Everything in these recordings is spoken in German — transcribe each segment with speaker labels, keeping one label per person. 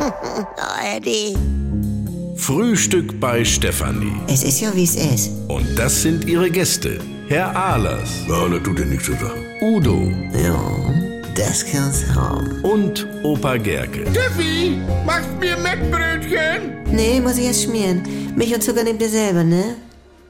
Speaker 1: oh, Eddie.
Speaker 2: Frühstück bei Stefanie.
Speaker 1: Es ist ja, wie es ist.
Speaker 2: Und das sind ihre Gäste. Herr Ahlers,
Speaker 3: Ja, das tut dir nichts zu sagen.
Speaker 2: Udo
Speaker 1: Ja, das kann's haben.
Speaker 2: und Opa Gerke.
Speaker 4: Tiffy, machst mir Mettbrötchen?
Speaker 1: Nee, muss ich erst schmieren. Milch und Zucker nehmt ihr selber, ne?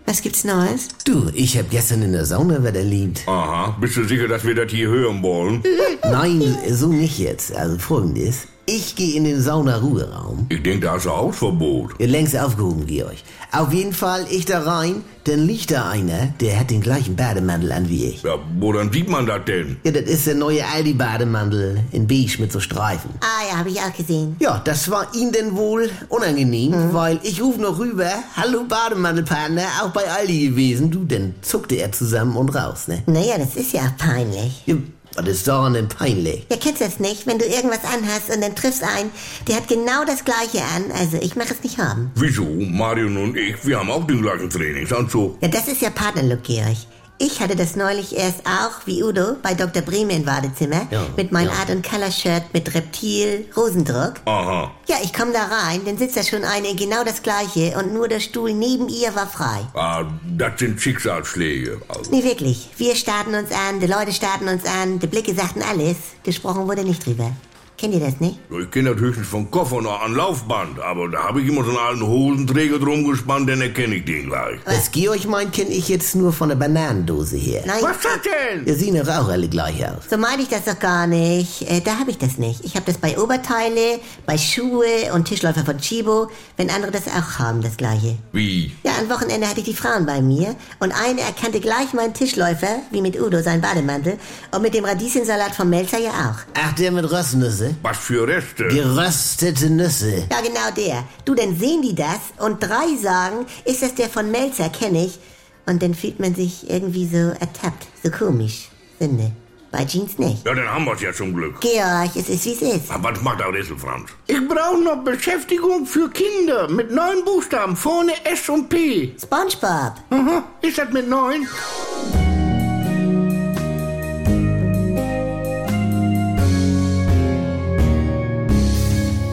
Speaker 1: Was gibt's Neues?
Speaker 5: Du, ich hab gestern in der Sauna was erlebt.
Speaker 3: Aha, bist du sicher, dass wir das hier hören wollen?
Speaker 5: Nein, so nicht jetzt. Also folgendes. Ich gehe in den Sauna-Ruheraum.
Speaker 3: Ich denke, da hast du Hausverbot.
Speaker 5: Ihr längst aufgehoben, Georg. Auf jeden Fall, ich da rein, dann liegt da einer, der hat den gleichen Bademantel an wie ich.
Speaker 3: Ja, wo dann sieht man das denn?
Speaker 5: Ja, das ist der neue Aldi-Bademantel in beige mit so Streifen.
Speaker 1: Ah ja, habe ich auch gesehen.
Speaker 5: Ja, das war ihm denn wohl unangenehm, weil ich rufe noch rüber, hallo Bademantelpartner, auch bei Aldi gewesen. Du, dann zuckte er zusammen und raus, ne?
Speaker 1: Naja, das ist ja auch peinlich.
Speaker 5: Ja, was ist daran denn peinlich?
Speaker 1: Ja, kennst du das nicht, wenn du irgendwas anhast und dann triffst einen, der hat genau das gleiche an, also ich mache es nicht haben.
Speaker 3: Wieso? Marion und ich, wir haben auch den gleichen also. Trainingsanzug.
Speaker 1: Ja, das ist ja Partnerlook, Georg. Ich hatte das neulich erst auch, wie Udo, bei Dr. Breme im Badezimmer,
Speaker 5: Ja,
Speaker 1: mit meinem
Speaker 5: ja.
Speaker 1: Art- und Color-Shirt mit Reptil, Rosendruck.
Speaker 3: Aha.
Speaker 1: Ja, ich komme da rein, dann sitzt da schon eine in genau das gleiche und nur der Stuhl neben ihr war frei.
Speaker 3: Ah, das sind Schicksalsschläge. Also,
Speaker 1: Nee, wirklich. Wir starten uns an, die Leute starten uns an, die Blicke sagten alles. Gesprochen wurde nicht drüber. Kennt ihr das nicht?
Speaker 3: ich kenne das höchstens vom Koffer noch an Laufband, aber da habe ich immer so einen alten Hosenträger drum gespannt, dann erkenne ich den gleich.
Speaker 5: Was Georg meint, kenne ich jetzt nur von der Bananendose her.
Speaker 1: Nein,
Speaker 3: Was das denn?
Speaker 5: Wir sehen doch auch alle gleich aus.
Speaker 1: so meine ich das doch gar nicht. Äh, da habe ich das nicht. Ich habe das bei Oberteile, bei Schuhe und Tischläufer von Chibo, wenn andere das auch haben, das gleiche.
Speaker 3: Wie?
Speaker 1: Ja, am Wochenende hatte ich die Frauen bei mir und eine erkannte gleich meinen Tischläufer, wie mit Udo seinen Bademantel, und mit dem Radieschensalat vom Melzer ja auch.
Speaker 5: Ach, der mit Röstnüsse?
Speaker 3: Was für Reste?
Speaker 5: Geröstete Nüsse.
Speaker 1: Ja, genau der. Du, dann sehen die das und drei sagen, ist das der von Melzer, kenne ich. Und dann fühlt man sich irgendwie so ertappt, so komisch, finde. Bei Jeans nicht.
Speaker 3: Ja, dann haben wir es ja zum Glück.
Speaker 1: Georg, es ist wie es ist.
Speaker 3: Aber was macht der Ressel, Franz?
Speaker 4: Ich brauche noch Beschäftigung für Kinder mit neun Buchstaben, vorne S und P.
Speaker 1: SpongeBob.
Speaker 4: Aha, ist das mit neun?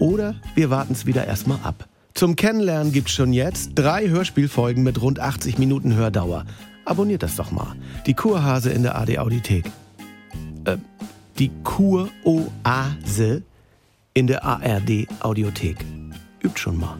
Speaker 6: Oder wir warten es wieder erstmal ab. Zum Kennenlernen gibt's schon jetzt drei Hörspielfolgen mit rund 80 Minuten Hördauer. Abonniert das doch mal. Die Kurhase in der AD Audiothek. Äh, die Kuroase in der ARD Audiothek. Übt schon mal.